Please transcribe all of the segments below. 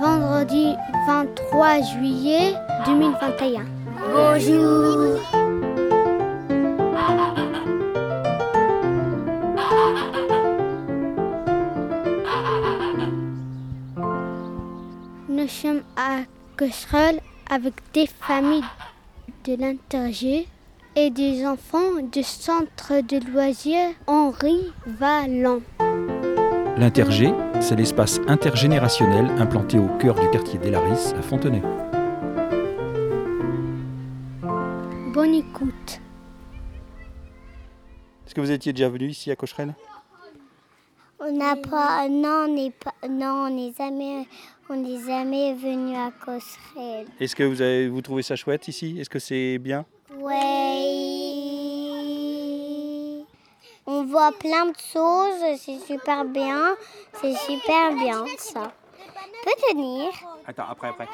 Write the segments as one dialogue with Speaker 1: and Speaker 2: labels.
Speaker 1: vendredi 23 juillet 2021. Bonjour. Nous sommes à Cocherolles avec des familles de l'Intergé et des enfants du centre de loisirs Henri Vallon.
Speaker 2: L'Intergé, c'est l'espace intergénérationnel implanté au cœur du quartier d'Elaris à Fontenay.
Speaker 1: Bonne écoute.
Speaker 2: Est-ce que vous étiez déjà venu ici à Cocherel
Speaker 3: On n'a pas, non, on n'est pas, non, on n'est jamais, on n'est jamais venu à Cosrel.
Speaker 2: Est-ce que vous, avez, vous trouvez ça chouette ici Est-ce que c'est bien
Speaker 3: Ouais. On voit plein de choses, c'est super bien, c'est super bien ça. Peut tenir.
Speaker 2: Attends, après, après.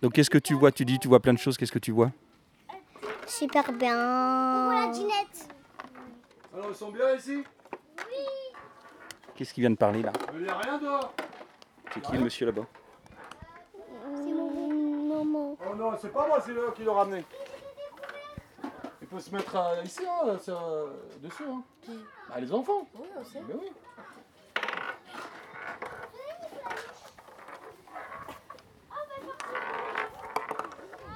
Speaker 2: Donc qu'est-ce que tu vois Tu dis tu vois plein de choses, qu'est-ce que tu vois
Speaker 3: Super bien.
Speaker 4: Alors, Ah, ils sont bien ici
Speaker 2: Qu'est-ce qu'il vient de parler là
Speaker 4: Il n'y a rien dehors
Speaker 2: C'est qui le monsieur là-bas
Speaker 3: Maman.
Speaker 4: Oh non, c'est pas moi, c'est eux qui l'ont ramené. Il peut se mettre euh, ici, hein, là, sur, euh, dessus. Hein. Bah, les enfants. Oui, on sait. oui.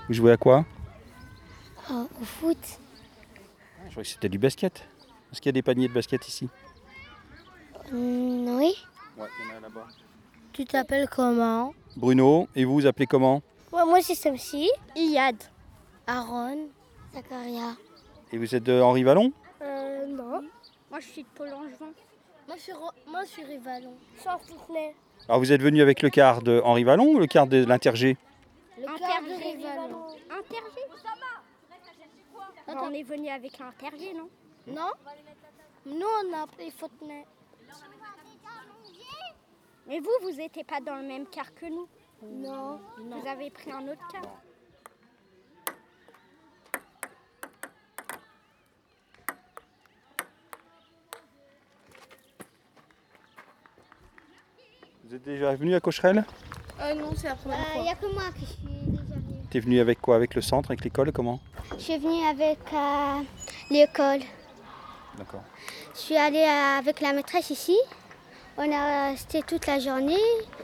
Speaker 2: Vous jouez à quoi
Speaker 3: Oh, au foot.
Speaker 2: Je croyais que c'était du basket. Est-ce qu'il y a des paniers de basket ici
Speaker 3: Mm, oui.
Speaker 2: Ouais, il y en a là-bas.
Speaker 1: Tu t'appelles comment
Speaker 2: Bruno, et vous vous appelez comment
Speaker 3: Moi, moi c'est Samsi.
Speaker 1: Iyad. Aaron.
Speaker 3: Zacharia.
Speaker 2: Et vous êtes de Henri Vallon
Speaker 3: Euh, non.
Speaker 1: Moi je suis de Paul Angevin. Moi je suis, moi, je suis Rivalon.
Speaker 3: Sans Fontenay.
Speaker 2: Alors vous êtes venu avec le quart de Henri Vallon ou le quart de l'Intergé
Speaker 1: Le
Speaker 3: quart de Rivalon.
Speaker 1: Intergé Attends, Bah, on est venu avec un intergé, non Non Nous, on a appelé Fontenay. Mais vous, vous n'étiez pas dans le même quart que nous non. Vous avez pris un autre quart.
Speaker 2: Vous êtes déjà venu à Cocherel
Speaker 5: Euh, non, c'est la
Speaker 3: Il
Speaker 5: première
Speaker 3: n'y
Speaker 5: fois.
Speaker 3: a que moi qui suis déjà venue.
Speaker 2: T'es venu avec quoi Avec le centre, avec l'école, comment
Speaker 3: Je suis venue avec euh, l'école.
Speaker 2: D'accord.
Speaker 3: Je suis allée euh, avec la maîtresse ici. On a resté toute la journée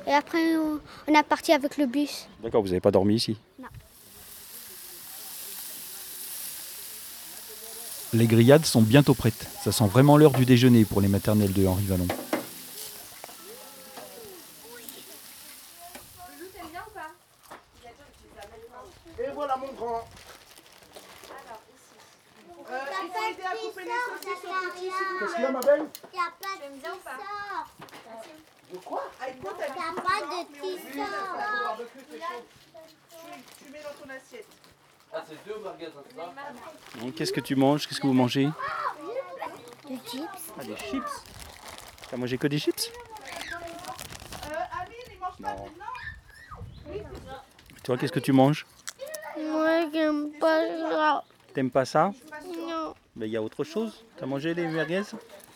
Speaker 3: et après on, on est parti avec le bus.
Speaker 2: D'accord, vous n'avez pas dormi ici
Speaker 3: Non.
Speaker 2: Les grillades sont bientôt prêtes. Ça sent vraiment l'heure du déjeuner pour les maternelles de Henri Vallon.
Speaker 4: Et voilà mon grand. Qu'est-ce qu'il y a, ma belle
Speaker 3: Il n'y a pas de petit sort.
Speaker 4: De quoi
Speaker 3: Il n'y a pas de petit sort.
Speaker 5: Tu mets dans ton assiette.
Speaker 4: Ah, c'est deux marguettes, ça
Speaker 2: Donc, Qu'est-ce que tu manges Qu'est-ce que vous mangez
Speaker 3: Du chips.
Speaker 2: Ah, des chips. T'as mangé que des chips
Speaker 5: Euh, Amine, il mange pas de
Speaker 2: Toi, qu'est-ce que tu manges
Speaker 3: Moi j'aime pas ça.
Speaker 2: T'aimes pas ça
Speaker 3: Non,
Speaker 2: Mais il y a autre chose. T'as mangé des merguez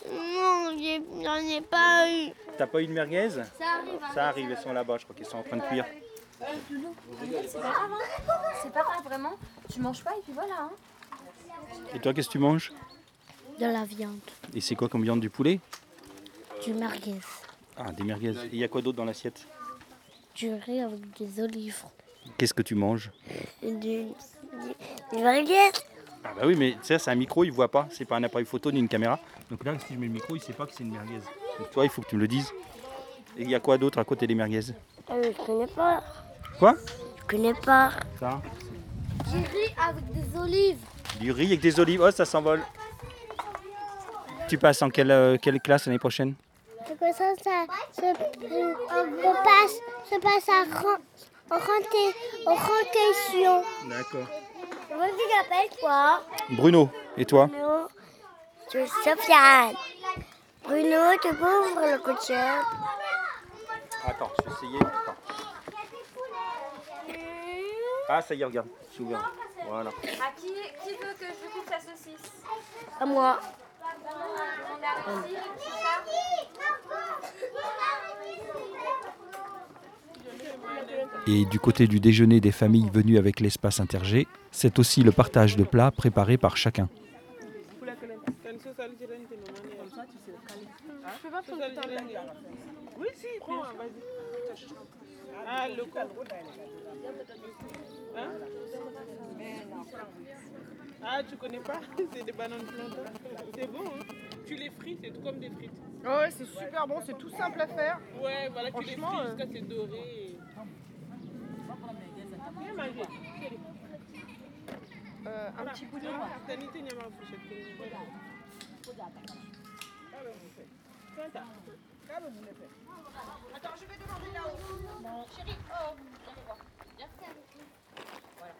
Speaker 3: non, j'en ai pas eu. hein.
Speaker 2: T'as pas eu de merguez Ça arrive. Ça arrive, elles sont là-bas. Je crois qu'ils sont en train de cuire.
Speaker 6: C'est pas grave, hein, vraiment. Tu manges pas et puis voilà. hein.
Speaker 2: Et toi, qu'est-ce que tu manges
Speaker 1: De la viande.
Speaker 2: Et c'est quoi comme viande du poulet
Speaker 1: Du merguez.
Speaker 2: Ah, des merguez. Et il y a quoi d'autre dans l'assiette
Speaker 1: Du riz avec des olives.
Speaker 2: Qu'est-ce que tu manges
Speaker 1: Et du, merguez
Speaker 2: Ah bah oui, mais ça, c'est un micro, il voit pas. C'est pas un appareil photo ni une caméra. Donc là, si je mets le micro, il sait pas que c'est une merguez. Donc toi, il faut que tu me le dises. Et il y a quoi d'autre à côté des merguez
Speaker 1: Euh, Je connais pas.
Speaker 2: Quoi
Speaker 1: Je connais pas.
Speaker 2: Ça
Speaker 1: Du riz avec des olives.
Speaker 2: Du riz avec des olives. Oh, ça s'envole. Tu passes en quelle, euh, quelle classe l'année prochaine
Speaker 3: C'est quoi ça, ça se,
Speaker 1: euh,
Speaker 3: on passe, se passe à ren- en renté, en rentation.
Speaker 2: D'accord.
Speaker 3: Moi, je t'appelle toi.
Speaker 2: Bruno, et toi
Speaker 3: Bruno, je suis Sofiane. Bruno, tu peux ouvrir le cocheur
Speaker 2: Attends, je vais essayer. Attends. Ah, ça y est, regarde. J'ai ouvert. Voilà.
Speaker 6: Ah, qui, qui veut que je coupe sa saucisse
Speaker 3: À moi.
Speaker 6: On a réussi, c'est ça
Speaker 2: Et du côté du déjeuner des familles venues avec l'espace intergé, c'est aussi le partage de plats préparés par chacun.
Speaker 5: Oui, si, prends, hein, vas-y. Ah, le coco. Hein Ah, tu connais pas C'est des bananes plantains. C'est bon, hein Tu les frites, c'est comme des frites.
Speaker 7: Ouais, c'est super bon, c'est tout simple à faire.
Speaker 5: Ouais, voilà, tu les frites
Speaker 7: Franchement, euh,
Speaker 5: jusqu'à c'est doré. Viens, Marie.
Speaker 7: Euh, un petit bout de
Speaker 5: Viens, Tanita, viens, Marie, pour cette cuisine. Tiens,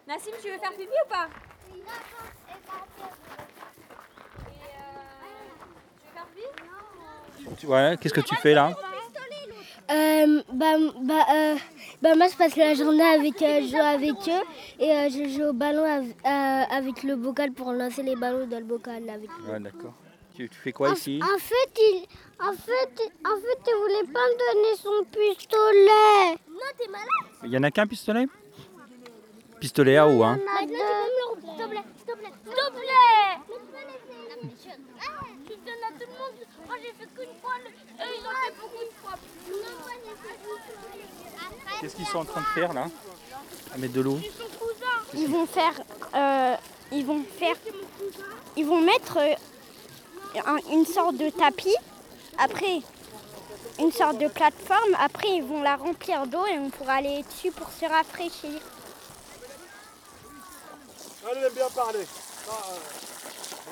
Speaker 6: Nassim, tu veux faire pipi ou pas Et, euh, Tu veux faire pipi
Speaker 2: Tu- Ouais, qu'est-ce que tu fais là
Speaker 1: Euh, bah, bah, euh, bah, moi, je passe la journée avec, euh, je joue avec eux et euh, je joue au ballon av- euh, avec le bocal pour lancer les ballons dans le bocal. Avec...
Speaker 2: Ouais, d'accord. Tu, tu fais quoi ici
Speaker 3: En fait, il, en fait, en fait, il voulait pas me donner son pistolet. Non, t'es malade.
Speaker 2: Il y en a qu'un pistolet Pistolet à eau, hein
Speaker 3: Maintenant, tu peux me le reprendre. S'il te plaît, s'il te plaît. S'il te plaît. Tu donnes à tout le monde. Moi, j'ai fait qu'une fois. Eux, ils ont fait beaucoup de fois.
Speaker 2: Qu'est-ce qu'ils sont en train de faire là À mettre de l'eau
Speaker 8: Ils vont faire, euh, ils vont faire, ils vont mettre euh, un- une sorte de tapis, après une sorte de plateforme, après ils vont la remplir d'eau et on pourra aller dessus pour se rafraîchir.
Speaker 4: Elle aime bien parler. Non, euh,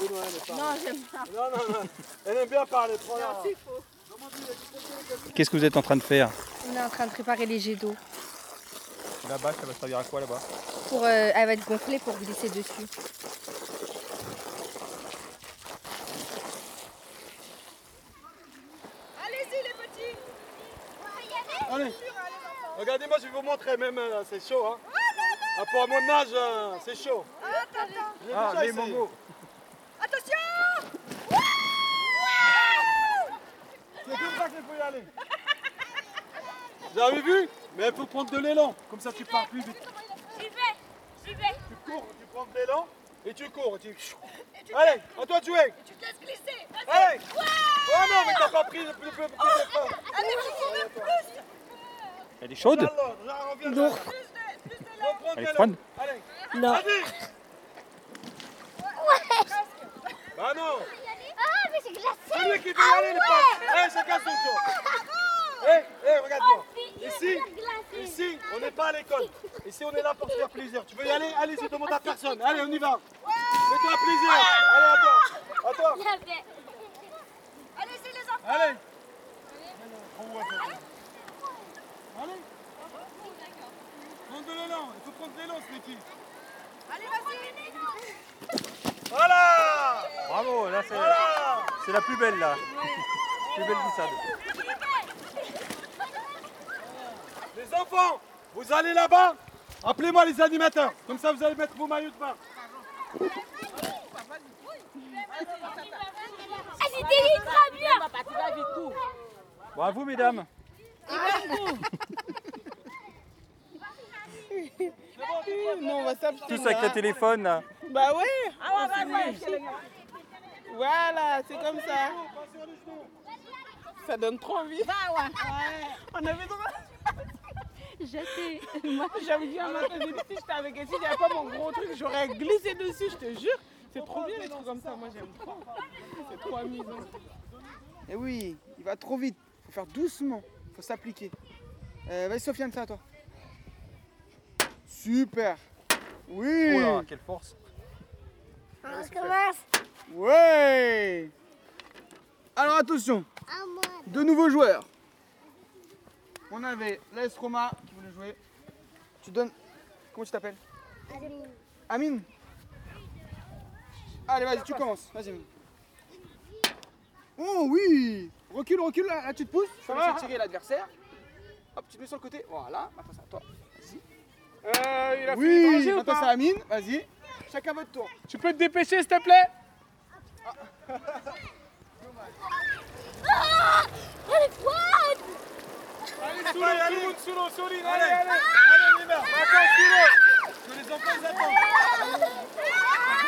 Speaker 4: Bruno, elle aime parler. Non, j'aime pas. Non, non, non. Elle aime bien parler. Prends-la.
Speaker 2: Qu'est-ce que vous êtes en train de faire
Speaker 7: On est en train de préparer les jets d'eau.
Speaker 2: Là-bas, ça va servir à quoi là-bas
Speaker 7: Pour, euh, elle va être gonflée pour glisser dessus.
Speaker 4: Allez. Regardez-moi, je vais vous montrer même. euh, là, C'est chaud. Hein. Ah, pour mon âge, euh, c'est chaud. Ah, les mongos. Attention C'est comme ça qu'il faut y aller. Vous avez vu Mais il faut prendre de l'élan. Comme ça, tu pars plus vite. Tu cours, tu prends de l'élan et tu cours. et tu... Allez, à toi de jouer. tu te laisses glisser. Allez Ouais, non, mais t'as pas pris le plus de
Speaker 2: Elle est chaude
Speaker 4: Non.
Speaker 2: Elle est froide
Speaker 4: Allez. Non. Bah non.
Speaker 3: Ah, mais c'est glacé.
Speaker 4: Celui qui veut y aller, il passe. Eh, chacun son tour. Eh, eh, regarde-moi. Ici, ici, on n'est pas à l'école. Ici, on est là pour se faire plaisir. Tu veux y aller Allez, je demande à personne. Allez, on y va. Fais-toi plaisir. Allez, à toi. À toi. Allez. Allez. Prends de l'élan. Il faut prendre de l'élan, ce métier. Voilà
Speaker 2: Bravo, là c'est
Speaker 4: Voilà
Speaker 2: c'est la plus belle là. Plus belle glissade.
Speaker 4: Les enfants, vous allez là-bas, appelez-moi les animateurs, comme ça vous allez mettre vos maillots de bain.
Speaker 6: Ah,
Speaker 2: Bravo mesdames
Speaker 5: Non, on va
Speaker 9: é
Speaker 2: Tous avec le téléphone là.
Speaker 5: Bah ouais. Voilà, c'est comme ça. Ça donne trop envie. Bah Ouais. On avait droit. J'étais. J'avais dit un matin, j'ai dit, si j'étais avec Essie, j'avais pas mon gros truc, j'aurais glissé dessus, je te jure. C'est trop bien les trucs comme ça, moi j'aime trop. C'est trop amusant.
Speaker 9: Eh oui, il va trop vite. Faut faire doucement. Faut s'appliquer. Euh, Vas-y, Sofiane, c'est à toi. Super. Oui.
Speaker 2: Oh là, quelle force
Speaker 3: On recommence.
Speaker 9: Ouais. Alors attention,
Speaker 3: À moi.
Speaker 9: deux nouveaux joueurs. On avait Laes Roma qui voulait jouer. Tu donnes. Comment tu t'appelles Amine. Allez, vas-y, tu commences. Vas-y. Amine. Oh oui Recule, recule, là, là, tu te pousses. Tu vas tirer l'adversaire. Hop, tu te mets sur le côté. Voilà, maintenant c'est à toi.
Speaker 5: Euh, il a fini de
Speaker 9: Oui,
Speaker 5: manger ou
Speaker 9: maintenant c'est
Speaker 5: pas
Speaker 9: à Amine. Vas-y. Chacun votre tour.
Speaker 5: Tu peux te dépêcher s'il te plaît
Speaker 4: Allez, allez, allez, allez, allez, allez, Attention, silence Que les enfants ils attendent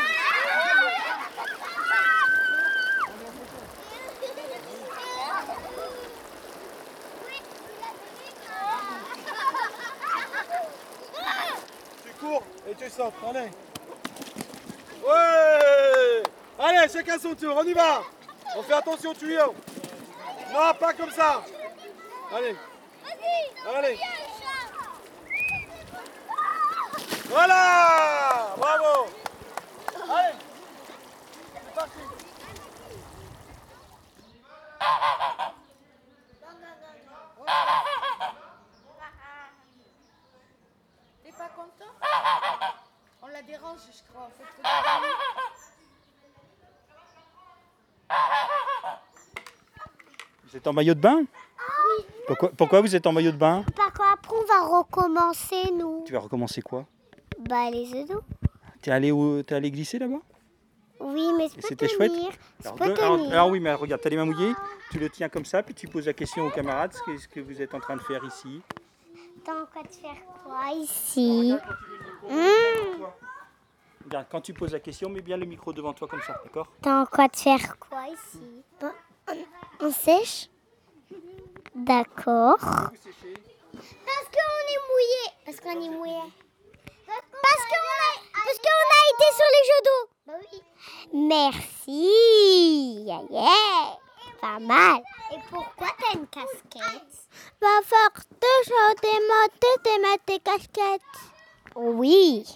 Speaker 4: Tu cours et tu sors, allez Ouais Allez, chacun son tour, on y va On fait attention au tuyau Non, pas comme ça Allez Allez Voilà Bravo Allez C'est parti
Speaker 10: T'es pas content On la dérange, je crois. En fait, regarde.
Speaker 2: Vous êtes en maillot de bain pourquoi, pourquoi vous êtes en maillot de bain
Speaker 3: Par contre, après, on va recommencer, nous.
Speaker 2: Tu vas recommencer quoi
Speaker 3: Bah, les œufs d'eau.
Speaker 2: T'es allé, où- t'es allé glisser là-bas
Speaker 3: Oui, mais c'est
Speaker 2: Et
Speaker 3: pas
Speaker 2: C'était chouette
Speaker 3: tenir.
Speaker 2: alors,
Speaker 3: peux
Speaker 2: deux- alors-
Speaker 3: tenir.
Speaker 2: alors oui, mais regarde, t'as les mains mouillées, tu le tiens comme ça, puis tu poses la question aux camarades, ce que, ce que vous êtes en train de faire ici.
Speaker 3: T'as encore de faire quoi ici Hmm.
Speaker 2: Regarde, quand tu poses la question, mets bien le micro devant toi comme ça, d'accord
Speaker 3: T'as encore de faire quoi ici Bon, on, on sèche D'accord. Parce qu'on est mouillé. Parce qu'on est mouillé. Parce qu'on a, parce qu'on a été sur les jeux d'eau. Bah oui. Merci. Yeah, yeah. Pas mal. Et pourquoi t'as une casquette Bah, Va faire deux jours de monter, de mettre tes casquettes. Oui.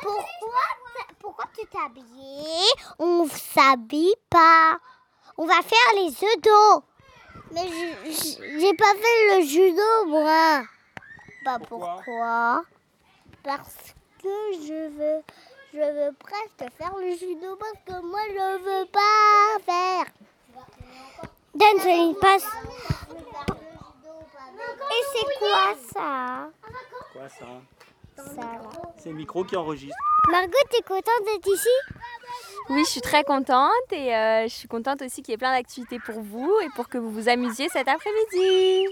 Speaker 3: Pourquoi, t'as- pourquoi tu t'es habillée On s'habille pas. On va faire les œufs d'eau. Mais je- je- j'ai pas fait le judo, moi. Bah pourquoi, Parce que je veux, je veux presque faire le judo parce que moi je veux pas faire. Donne une passe. Et c'est quoi ça
Speaker 2: Quoi ça
Speaker 3: Ça là.
Speaker 2: C'est le micro qui enregistre.
Speaker 3: Margot, t'es contente d'être ici
Speaker 6: Oui, je suis très contente et euh, je suis contente aussi qu'il y ait plein d'activités pour vous et pour que vous vous amusiez cet après-midi.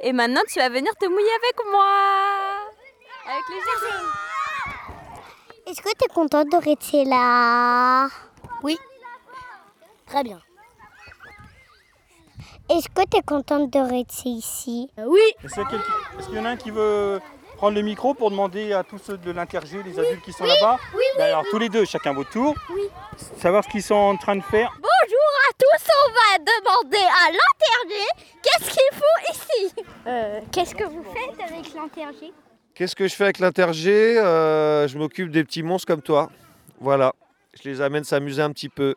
Speaker 6: Et maintenant, tu vas venir te mouiller avec moi. Avec les jardins.
Speaker 3: Est-ce que t'es contente de rester là
Speaker 10: Oui. Très bien.
Speaker 3: Est-ce que t'es contente de rester ici
Speaker 10: Oui.
Speaker 2: Est-ce qu'il y a quelqu'un- est-ce qu'il y en a un qui veut prendre le micro pour demander à tous ceux de l'intergé, les adultes qui sont là-bas
Speaker 10: oui,
Speaker 2: Ben Alors tous les deux, chacun votre tour, savoir ce qu'ils sont en train de faire.
Speaker 10: Bonjour à tous, on va demander à l'interné qu'est-ce qu'il faut ici.
Speaker 8: Qu'est-ce que vous faites avec l'intergé
Speaker 11: Qu'est-ce que je fais avec l'intergé Euh, Je m'occupe des petits monstres comme toi. Voilà. Je les amène s'amuser un petit peu.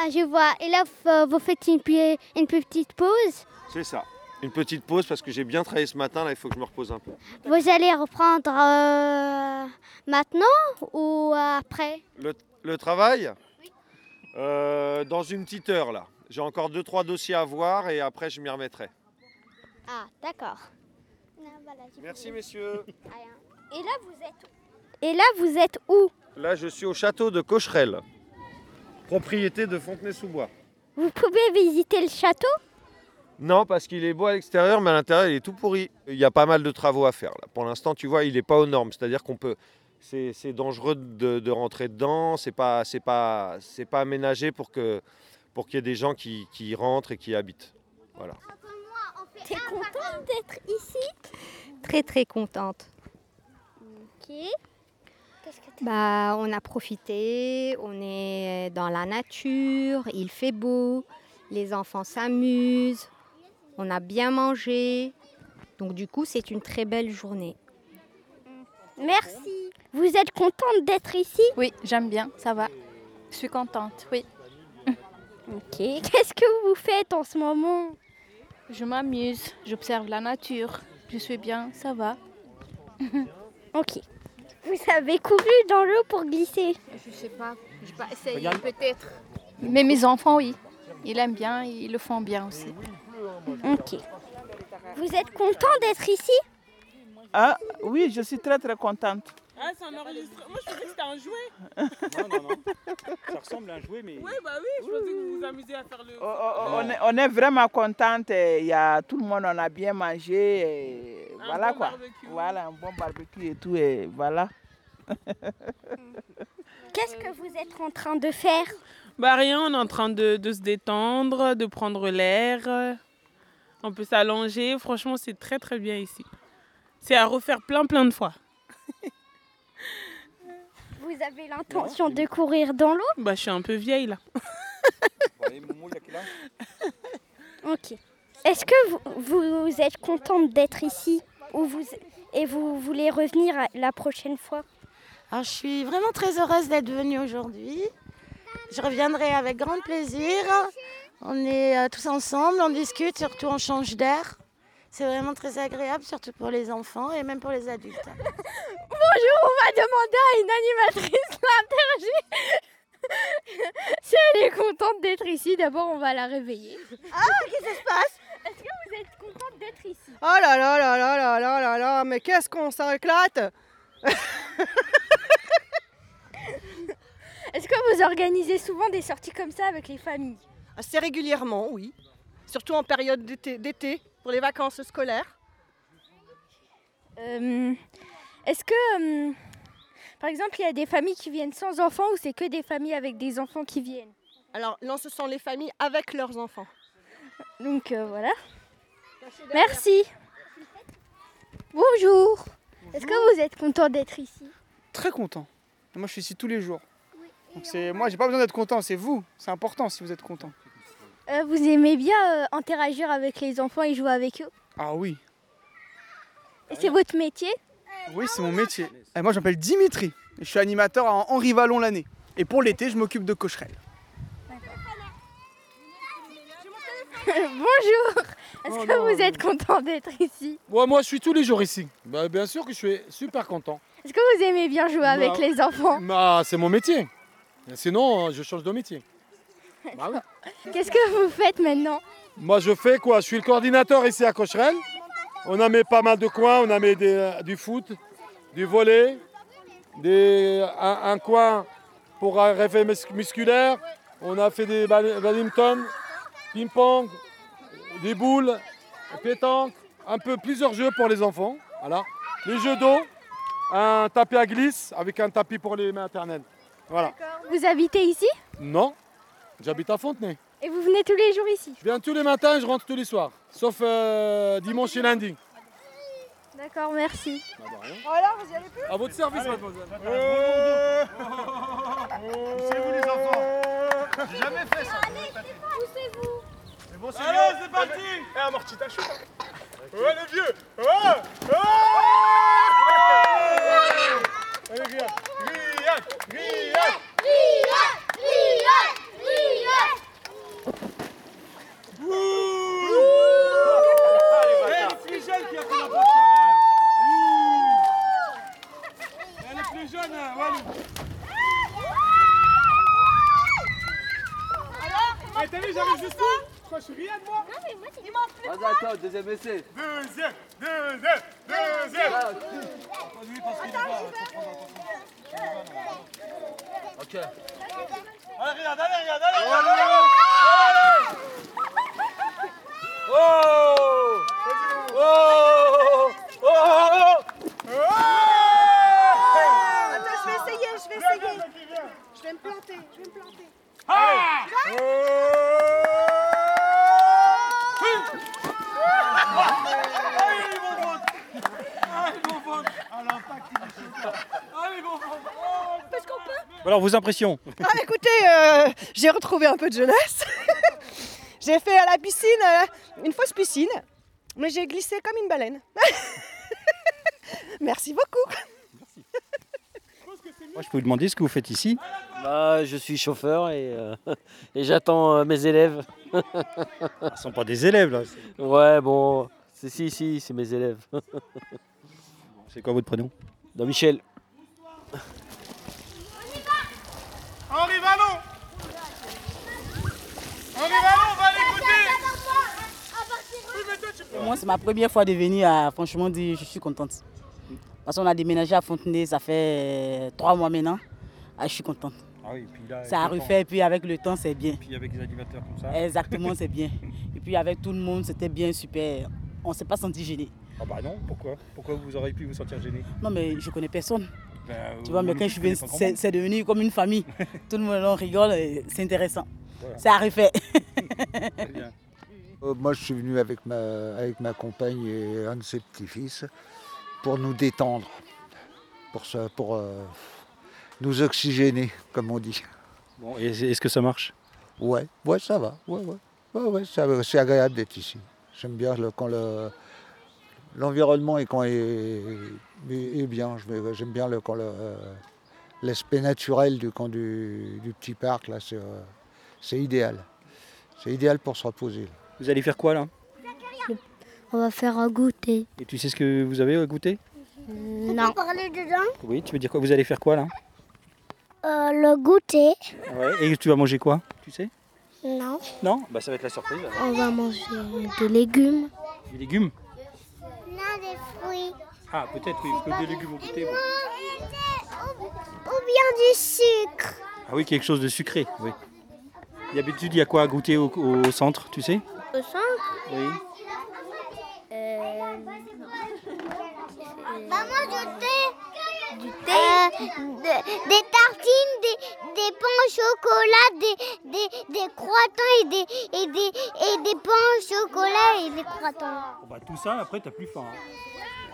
Speaker 1: Ah, je vois. Et là, f- euh, vous faites une, pi- une petite pause.
Speaker 11: C'est ça. Une petite pause parce que j'ai bien travaillé ce matin, là il faut que je me repose un peu.
Speaker 1: Vous allez reprendre euh, maintenant ou euh, après
Speaker 11: Le, le travail Euh, Dans une petite heure là. J'ai encore deux, trois dossiers à voir et après je m'y remettrai.
Speaker 1: Ah, d'accord.
Speaker 11: Merci messieurs.
Speaker 1: Et là, vous êtes où Et là, vous êtes où
Speaker 11: Là je suis au château de Cocherel, propriété de Fontenay-sous-Bois.
Speaker 1: Vous pouvez visiter le château
Speaker 11: Non, parce qu'il est beau à l'extérieur, mais à l'intérieur, il est tout pourri. Il y a pas mal de travaux à faire. Là. Pour l'instant, tu vois, il n'est pas aux normes. C'est-à-dire qu'on peut. C'est c'est dangereux de, de rentrer dedans. C'est pas, c'est pas, c'est pas aménagé pour que pour qu'il y ait des gens qui, qui y rentrent et qui y habitent. Voilà.
Speaker 8: T'es contente d'être ici
Speaker 12: Très très contente.
Speaker 8: Ok.
Speaker 12: Bah, on a profité, on est dans la nature, il fait beau, les enfants s'amusent, on a bien mangé. Donc du coup, c'est une très belle journée.
Speaker 8: Merci. Vous êtes contente d'être ici
Speaker 13: Oui, j'aime bien, ça va. Je suis contente, oui.
Speaker 8: Ok. Qu'est-ce que vous faites en ce moment
Speaker 13: Je m'amuse, j'observe la nature. Je suis bien, ça va.
Speaker 8: Ok. Vous avez couru dans l'eau pour glisser
Speaker 13: Je sais pas, je pas essayé
Speaker 8: Regarde.
Speaker 13: peut-être. Mais mes enfants, oui. Ils aiment bien, ils le font bien aussi.
Speaker 8: Ok. Vous êtes content d'être ici
Speaker 5: Ah oui, je suis très très contente. Ah, c'est un enregistrement. Moi, je pensais que c'était un jouet.
Speaker 2: Non, non, non. Ça ressemble à un jouet, mais.
Speaker 5: Oui, bah oui, je pensais que vous vous amusez à faire le.
Speaker 14: Oh, On est, on est vraiment contente. Il y a tout le monde, on a bien mangé. et
Speaker 5: Un
Speaker 14: voilà
Speaker 5: bon
Speaker 14: quoi.
Speaker 5: barbecue.
Speaker 14: Voilà un bon barbecue et tout et voilà.
Speaker 15: Qu'est-ce que vous êtes en train de faire
Speaker 5: Bah rien, on est en train de, de se détendre, de prendre l'air. On peut s'allonger. Franchement, c'est très très bien ici. C'est à refaire plein plein de fois.
Speaker 15: Vous avez l'intention de courir dans l'eau
Speaker 5: Bah je suis un peu vieille là.
Speaker 15: Ok. Est-ce que vous, vous êtes contente d'être ici ou vous, et vous voulez revenir à- la prochaine fois
Speaker 16: Alors, Ah, je suis vraiment très heureuse d'être venue aujourd'hui. Je reviendrai avec grand plaisir. On est euh, tous ensemble, on discute, surtout on change d'air. C'est vraiment très agréable, surtout pour les enfants et même pour les adultes.
Speaker 8: Bonjour, on va demander à une animatrice l'interview. si elle est contente d'être ici, d'abord on va la réveiller.
Speaker 16: Ah, qu'est-ce qui se passe
Speaker 8: Est-ce que vous êtes contente d'être ici
Speaker 1: Oh là là là là là là là là, mais qu'est-ce qu'on s'éclate
Speaker 8: Est-ce que vous organisez souvent des sorties comme ça avec les familles
Speaker 1: Assez régulièrement, oui. Surtout en période d'été- d'été, pour les vacances scolaires.
Speaker 8: Euh, Est-ce que, euh, par exemple, il y a des familles qui viennent sans enfants ou c'est que des familles avec des enfants qui viennent
Speaker 1: Alors, non, ce sont les familles avec leurs enfants.
Speaker 8: Donc euh, voilà. Merci. Bonjour. Est-ce que vous êtes content d'être ici
Speaker 9: Très content. Moi, je suis ici tous les jours. Donc c'est moi, j'ai pas besoin d'être content, c'est vous. C'est important si vous êtes content.
Speaker 8: Euh, Vous aimez bien euh, interagir avec les enfants et jouer avec eux
Speaker 9: Ah oui.
Speaker 8: Et c'est votre métier
Speaker 9: Oui, c'est mon métier. Et moi, je m'appelle Dimitri. Je suis animateur à Henri Vallon l'année. Et pour l'été, je m'occupe de cocherelles.
Speaker 8: Bonjour. Est-ce
Speaker 17: Oh
Speaker 8: que
Speaker 17: non,
Speaker 8: vous êtes content d'être ici
Speaker 17: Ouais, moi, je suis tous les jours ici. Bah, bien sûr que je suis super content.
Speaker 8: Est-ce que vous aimez bien jouer avec
Speaker 17: Bah,
Speaker 8: les enfants
Speaker 17: Bah, c'est mon métier. Sinon, euh, je change de métier. Bah oui.
Speaker 8: Qu'est-ce que vous faites maintenant
Speaker 17: Moi, je fais quoi Je suis le coordinateur ici à Cocherel. On a mis pas mal de coins. On a mis des, euh, du foot, du volley, des, un, un coin pour un réveil mus- musculaire. On a fait des bad- badminton, ping-pong, des boules, pétanque, un peu plusieurs jeux pour les enfants. Voilà. Les jeux d'eau, un tapis à glisse avec un tapis pour les maternelles. Voilà.
Speaker 8: Vous habitez ici
Speaker 17: Non, j'habite à Fontenay.
Speaker 8: et vous venez tous les jours ici
Speaker 17: Je viens tous les matins et je rentre tous les soirs, sauf euh, dimanche et lundi.
Speaker 8: D'accord, merci.
Speaker 1: Alors, vous y allez plus
Speaker 17: À votre service,
Speaker 4: Allez,
Speaker 17: mademoiselle.
Speaker 4: vous les enfants J'ai jamais fait ça
Speaker 8: Poussez-vous
Speaker 4: C'est bon, c'est Allez, c'est parti Eh, amorti ta chute Oh, les vieux Oh Oh Allez, Riyad Riyad Riyad Riyad Riyad Riyad Elle est plus jeune qui a fait la porte Elle est plus jeune, hein, Walou Eh, t'as vu, j'avais juste Quoi, je suis rien de moi Non, mais moi, il m'en
Speaker 6: Vas-y, attends, deuxième essai.
Speaker 4: Deuxième Deuxième Deuxième
Speaker 6: Ok.
Speaker 4: Allez, regarde, allez, regarde, allez, regarde, allez, regarde. Oh Oh Oh Oh
Speaker 1: Attends, je vais essayer, je vais essayer. Je vais me planter, je vais me planter.
Speaker 2: Alors, vos impressions
Speaker 1: Ah, écoutez, euh, j'ai retrouvé un peu de jeunesse. j'ai fait à la piscine, euh, une fausse piscine, mais j'ai glissé comme une baleine. Merci beaucoup.
Speaker 2: Moi, je peux vous demander ce que vous faites ici
Speaker 6: Bah, je suis chauffeur et, euh, et j'attends euh, mes élèves. Ce
Speaker 2: sont pas des élèves là.
Speaker 6: Ouais, bon, c'est si, si, c'est mes élèves.
Speaker 2: C'est quoi votre prénom
Speaker 6: Non, Michel.
Speaker 4: Henri Vallon Henri Vallon, va l'écouter Oui, mais toi, tu peux
Speaker 18: Moi, c'est ma première fois de venir. ah, franchement, dit, je suis contente. Parce qu'on a déménagé à Fontenay, ça fait euh, trois mois maintenant. Ah, je suis contente.
Speaker 2: Ah oui, puis là,
Speaker 18: ça a
Speaker 2: avec le temps.
Speaker 18: refait, et puis avec le temps, c'est bien.
Speaker 2: Puis avec les animateurs comme ça.
Speaker 18: Exactement, c'est bien. Et puis avec tout le monde, c'était bien, super. On ne s'est pas senti gêné.
Speaker 2: Ah bah non, pourquoi Pourquoi vous auriez pu vous sentir gêné
Speaker 18: Non, mais je connais personne.
Speaker 2: Bah,
Speaker 18: Tu vois,
Speaker 2: vous
Speaker 18: mais
Speaker 2: non
Speaker 18: quand
Speaker 2: plus, vous connaissez
Speaker 18: je suis venue,
Speaker 2: pas grand
Speaker 18: c'est
Speaker 2: monde.
Speaker 18: c'est devenu comme une famille. tout le monde, on rigole, et c'est intéressant.
Speaker 19: Voilà.
Speaker 18: Ça a refait.
Speaker 19: Euh, Moi, je suis venu avec ma, avec ma compagne et un de ses petits-fils pour nous détendre, pour, se- pour euh, nous oxygéner, comme on dit.
Speaker 2: Bon, et est-ce que ça marche
Speaker 19: Ouais, ouais, ça va. Ouais, ouais. Ouais, ouais, ça- c'est agréable d'être ici. J'aime bien le- quand le- l'environnement est, quand est, est- est bien. Je vais- J'aime bien le, quand le- euh, l'aspect naturel du, camp du, du petit parc. Là, c'est, euh, c'est idéal. C'est idéal pour se reposer. là.
Speaker 2: Vous allez faire quoi là
Speaker 1: On va faire un goûter.
Speaker 2: Et tu sais ce que vous avez à goûter
Speaker 1: Non.
Speaker 3: parler dedans
Speaker 2: Oui, tu veux dire quoi Vous allez faire quoi là
Speaker 3: Euh, Le goûter
Speaker 2: Ouais. Et tu vas manger quoi Tu sais
Speaker 3: Non.
Speaker 2: Non Bah ça va être la surprise. alors.
Speaker 1: On va manger des légumes.
Speaker 2: Des légumes
Speaker 3: Non, des fruits.
Speaker 2: Ah peut-être oui, parce que des légumes au goûter. bon.
Speaker 3: Ou bien du sucre.
Speaker 2: Ah oui, quelque chose de sucré, oui. D'habitude, il y a quoi à goûter au, au centre, tu sais
Speaker 20: Au centre
Speaker 2: Oui.
Speaker 3: euh, Maman, bah, du thé Du thé de- Des tartines, des, des pains au chocolat, des, des, des croissants et des, et, des, et des pains au chocolat et des croissants.
Speaker 2: Bon, bah tout ça, après, t'as plus faim.
Speaker 4: hein.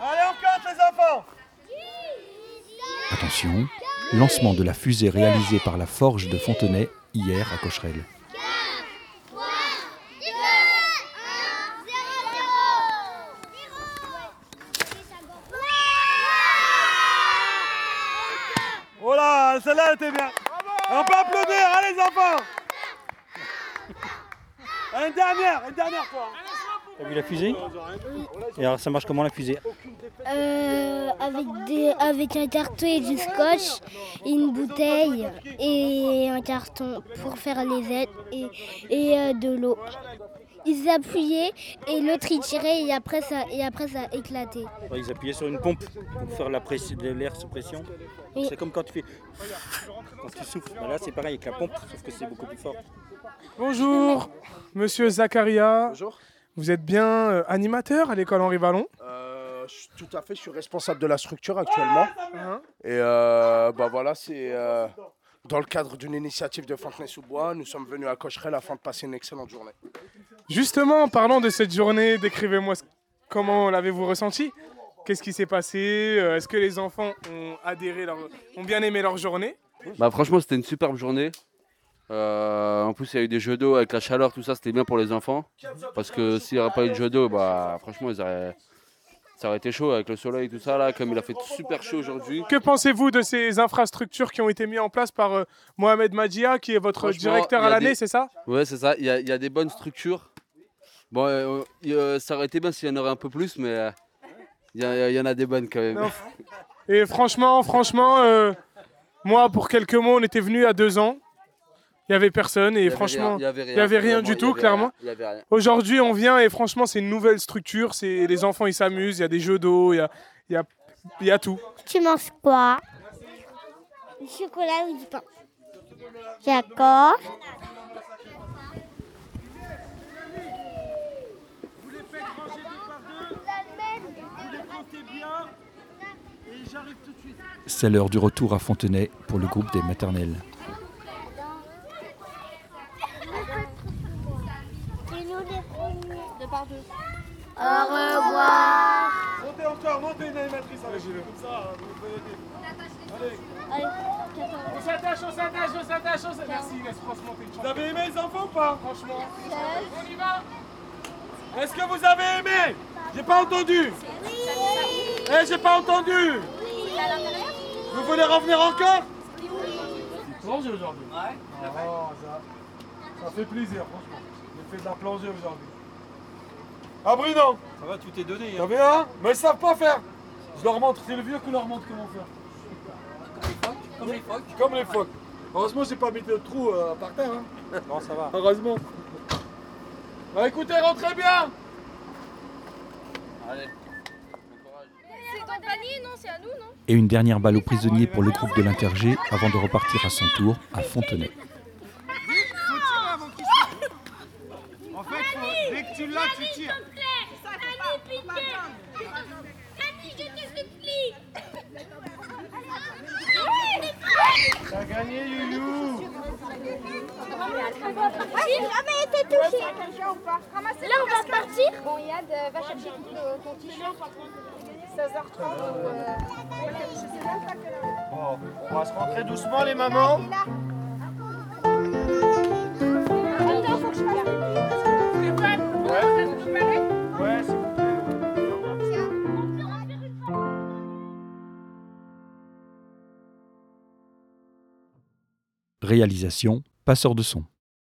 Speaker 4: Allez, on compte les enfants
Speaker 21: Attention, lancement de la fusée réalisée par la forge de Fontenay hier à Cocherel.
Speaker 4: Voilà, Oh celle-là elle était bien. On peut applaudir, allez les enfants Une dernière, une dernière fois.
Speaker 2: T'as vu la fusée Et alors, ça marche comment la fusée
Speaker 20: Euh, avec, des, avec un carton et du scotch, et une bouteille et un carton pour faire les ailes et, et euh, de l'eau. Ils appuyaient et l'autre il tirait et après ça, et après ça éclatait.
Speaker 2: Bah, Ils appuyaient sur une pompe pour faire la pression, de l'air sous pression.
Speaker 20: Oui.
Speaker 2: C'est comme quand tu fais. Quand tu souffles. Bah, là, c'est pareil avec la pompe, sauf que c'est beaucoup plus fort.
Speaker 22: Bonjour, monsieur Zakaria.
Speaker 23: Bonjour.
Speaker 22: Vous êtes bien euh, animateur à l'école Henri Vallon
Speaker 23: Euh, je suis- tout à fait, je suis responsable de la structure actuellement.
Speaker 1: Ah.
Speaker 23: Et euh, bah voilà, c'est euh, dans le cadre d'une initiative de Fontenay-sous-Bois, nous sommes venus à Cocherel afin de passer une excellente journée.
Speaker 22: Justement, en parlant de cette journée, décrivez-moi ce- comment l'avez-vous ressenti Qu'est-ce qui s'est passé Euh, Est-ce que les enfants ont adhéré, leur- ont bien aimé leur journée
Speaker 24: Bah franchement c'était une superbe journée. Euh, en plus il y a eu des jeux d'eau avec la chaleur, tout ça c'était bien pour les enfants. Parce que s'il n'y aurait pas eu de jeux d'eau, bah franchement ils auraient- ça aurait été chaud avec le soleil et tout ça là, comme il a fait super chaud aujourd'hui.
Speaker 22: Que pensez-vous de ces infrastructures qui ont été mises en place par euh, Mohamed Madia, qui est votre
Speaker 24: Franchement,
Speaker 22: directeur
Speaker 24: il y
Speaker 22: à
Speaker 24: a
Speaker 22: l'année,
Speaker 24: des-
Speaker 22: c'est ça
Speaker 24: Ouais c'est ça, il y, a- il y a des bonnes structures. Bon euh, il- euh, ça aurait été bien s'il y en aurait un peu plus mais euh, il y, a- il y en a des bonnes quand même.
Speaker 22: Non. Et franchement, franchement, euh, moi, pour quelques mois, on était venu à deux ans. Il n'y avait personne
Speaker 24: Il
Speaker 22: et
Speaker 24: y avait rien,
Speaker 22: franchement,
Speaker 24: il y avait rien,
Speaker 22: il y avait rien
Speaker 24: vraiment,
Speaker 22: du
Speaker 24: il y
Speaker 22: tout,
Speaker 24: avait rien,
Speaker 22: clairement.
Speaker 24: il y avait rien.
Speaker 22: Aujourd'hui, on vient et franchement, c'est une nouvelle structure. C'est les enfants, ils s'amusent. Il y a des jeux d'eau, il y a, il y a- il y a tout.
Speaker 3: Tu manges quoi Du chocolat ou du pain. D'accord.
Speaker 21: C'est l'heure du retour à Fontenay pour le groupe des maternelles.
Speaker 3: De par deux.
Speaker 4: Au revoir. Montez encore, montez une animatrice avec vous. Comme ça, vous pouvez aider. Allez.
Speaker 22: On s'attache, on s'attache, on s'attache, on s'attache. Merci, laisse franchement t'es une chance.
Speaker 4: Vous avez aimé les enfants ou pas
Speaker 22: Franchement.
Speaker 4: On y va Est-ce que vous avez aimé J'ai pas entendu Eh, j'ai pas entendu Vous voulez revenir encore
Speaker 22: Plongée aujourd'hui. Ouais.
Speaker 4: Oh, ça, ça fait plaisir, franchement. J'ai fait de la plongée aujourd'hui. Ah, Bruno
Speaker 2: Ça va, tu t'es donné.
Speaker 4: T'as vu, hein Mais ils savent pas faire Je leur montre, c'est le vieux qui leur montre comment faire. Comme les phoques Comme les phoques. Heureusement, j'ai pas mis de trou euh, par terre. Hein.
Speaker 2: Non, ça va.
Speaker 4: Heureusement. Bah écoutez, rentrez bien
Speaker 24: Allez.
Speaker 21: Et une dernière balle aux prisonniers pour le groupe de l'Intergé avant de repartir à son tour à Fontenay.
Speaker 6: En fait, faut- dès que tu l'as, tu tires. T'as gagné, Youyou
Speaker 8: J'ai jamais été ah, touchée. Là, on va partir. Bon, Yad, euh, va chercher ton t-shirt. 16h30 ou. Je sais même pas quelle heure.
Speaker 6: euh, Bon, on va se rentrer doucement, les mamans.
Speaker 8: Attends, faut que je
Speaker 6: Ouais, c'est
Speaker 21: Réalisation, passeur de son.